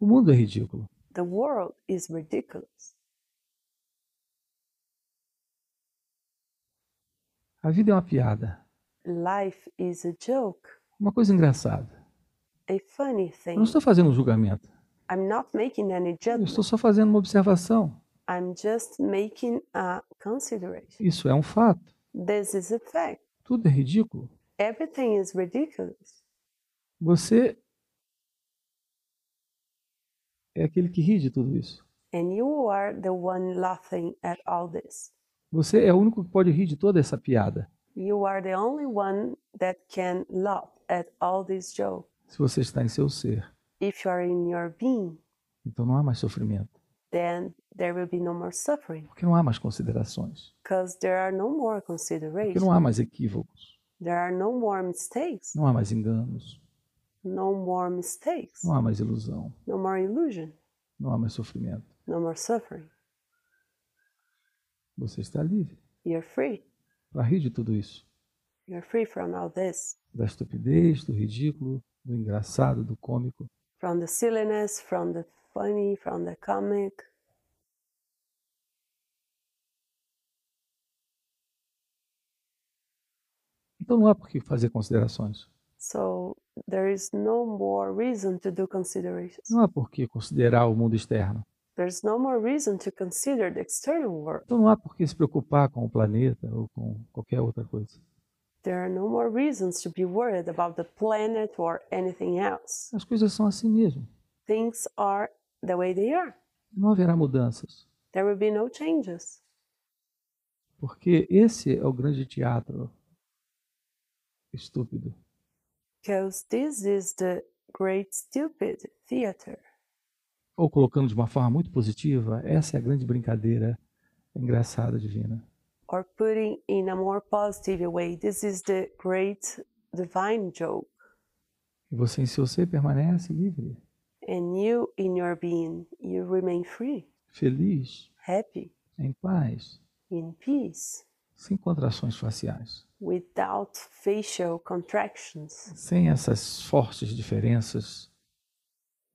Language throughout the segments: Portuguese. O mundo é ridículo. The world is ridiculous. A vida é uma piada, Life is a joke, uma coisa engraçada. a funny Eu não thing. estou fazendo um julgamento. I'm not making any Eu estou judgment. só fazendo uma observação. I'm just making a consideration. Isso é um fato. This is a fact. Tudo é ridículo. Everything is ridiculous. Você é aquele que ri de tudo isso. And you are the one laughing at all this. Você é o único que pode rir de toda essa piada, You are the only one that can laugh at all this joke. se você está em seu ser. If you are in your being, Então não há mais sofrimento, then there will be no more suffering porque não há mais considerações, because there are no more porque considerations. não há mais equívocos, There are no more mistakes, não há mais enganos, no more mistakes, não há mais ilusão, no more illusion, não há mais sofrimento. no more suffering. Você está livre You're free. para rir de tudo isso, You're free from all this, da estupidez, do ridículo, do engraçado, do cômico. from the silliness, from the funny, from the comic. Então não há por que fazer considerações. So there is no more reason to do considerations. Não há por que considerar o mundo externo. There's no more reason to consider the external world. Então não há por que se preocupar com o planeta ou com qualquer outra coisa. There are no more reasons to be worried about the planet or anything else. As coisas são assim mesmo. Things are the way they are. Não haverá mudanças, There will be no changes porque esse é o grande teatro estúpido. because this is the great stupid theater. Ou colocando de uma forma muito positiva, essa é a grande brincadeira engraçada divina. Or putting in a more positive way, this is the great divine joke. E você em seu ser permanece livre, And you, in your being, you remain free, feliz, happy, em paz, in peace, sem contrações faciais, without facial contractions. sem essas fortes diferenças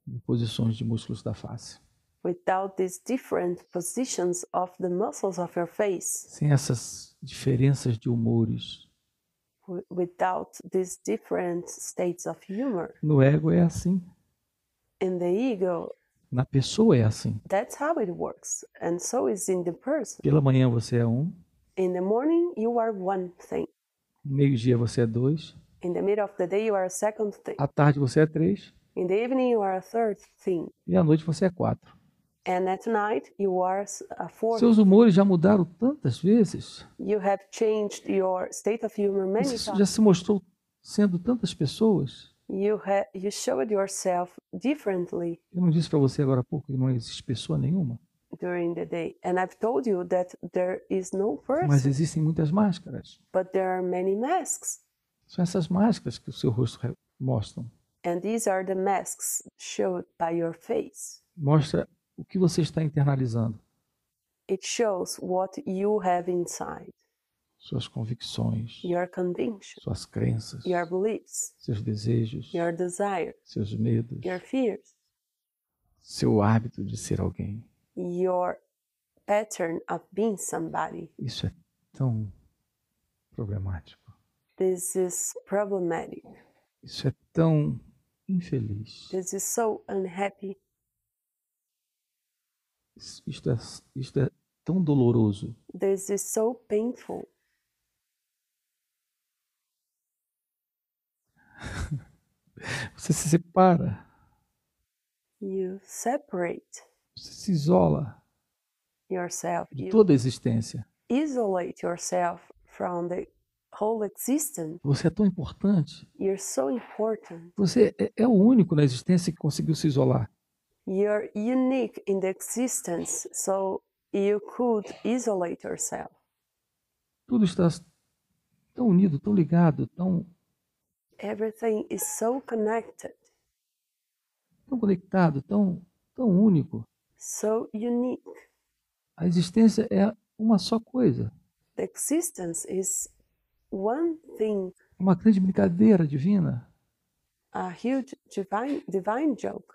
em posições de músculos da face, without these different positions of the muscles of your face, sem essas diferenças de humores. w- without these different states of humor. No ego é assim, In the ego, na pessoa é assim. that's how it works, and so is in the person. Pela manhã você é um, In the morning, you are one thing. meio-dia você é dois, In the middle of the day, you are a second thing. à tarde você é três In the evening, you are a third thing. e à noite você é quatro. And at night, you are s- a fourth. Seus humores já mudaram tantas vezes, you have changed your state of humor many você já times. se mostrou sendo tantas pessoas. You, ha- you showed yourself differently Eu não disse para você agora há pouco que não existe pessoa nenhuma, during the day. And I've told you that there is no mas person, existem muitas máscaras. but there are many masks. São essas máscaras que o seu rosto re- mostram. And these are the masks showed by your face. Mostra o que você está internalizando, It shows what you have inside suas convicções, your conviction, suas crenças, your beliefs, seus desejos, your desire, seus medos, your fears, seu hábito de ser alguém. your pattern of being somebody. Isso é tão problemático. This is problematic. Isso é tão infeliz. This is so unhappy. Isso- Isto é, isto é tão doloroso. This is so painful. Você se separa, You separate você se isola yourself. de You toda a existência. isolate yourself from the whole existence. Você é tão importante. You're so important. Você é, é o único na existência que conseguiu se isolar. You're unique in the existence, so you could isolate yourself. Tudo está tão unido, tão ligado, tão, Everything is so connected, tão conectado, tão, tão único. so unique. A existência é uma só coisa. The existence is one thing, Uma grande brincadeira divina. a huge divine, divine joke.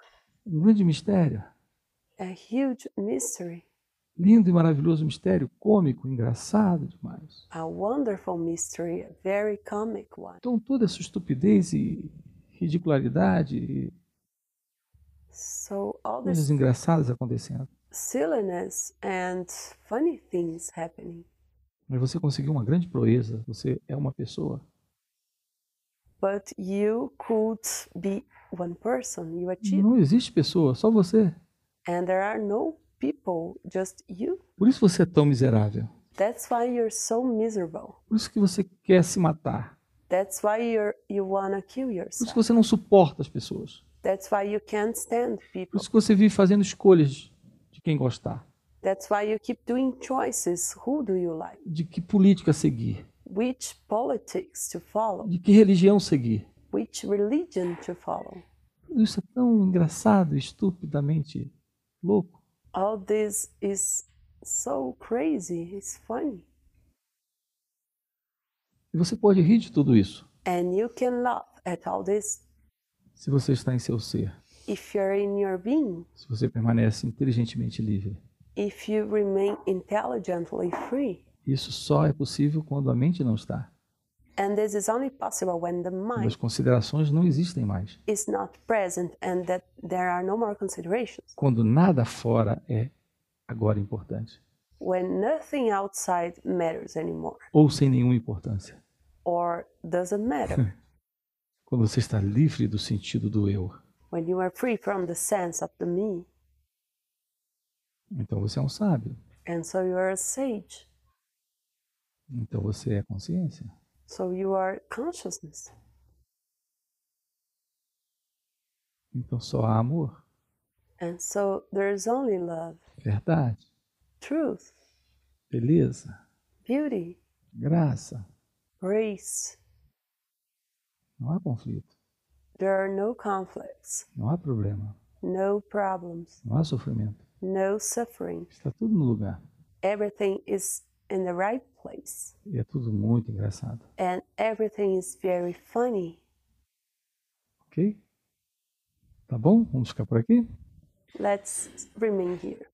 Um grande mistério, a huge mystery, lindo e maravilhoso mistério, cômico, engraçado demais. a wonderful mystery, a very comic one. Então toda essa estupidez e ridicularidade e So all this coisas engraçadas acontecendo. silliness and funny things happening. Mas você conseguiu uma grande proeza, você é uma pessoa. But you could be one person, you achieve. Não existe pessoa, só você. And there are no people, just you. Por isso você é tão miserável. That's why you're so miserable. Por isso que você quer se matar. That's why you're, you want to kill Por isso yourself. que você não suporta as pessoas. That's why you can't stand Por people. isso que você vive fazendo escolhas de quem gostar, That's why you keep doing choices. Who do you like? de que política seguir, Which politics to follow? de que religião seguir. Which religion to follow? Tudo isso é tão engraçado, estupidamente louco. All this is so crazy. It's funny. E você pode rir de tudo isso, And you can laugh at all this se você está em seu ser, if you're in your being, se você permanece inteligentemente livre. if you remain intelligently free. Isso só é possível quando a mente não está. And this is only possible when the Quando as mind considerações não existem mais. is not present and that there are no more considerations. Quando nada fora é agora importante, When nothing outside matters anymore ou sem nenhuma importância. or doesn't Hmm. matter. Quando você está livre do sentido do eu, when you are free from the sense of the me. então você é um sábio, And so you are a sage. então você é consciência. So you are consciousness. Então só há amor, And so there is only love, verdade, truth, beleza, beauty, graça. grace. Não há conflito, There are no conflicts, não há problema, no problems, não há sofrimento. no suffering. Está tudo no lugar. Everything is in the right place. E é tudo muito engraçado, And everything is very funny. ok? Tá bom? Vamos ficar por aqui? Let's remain here.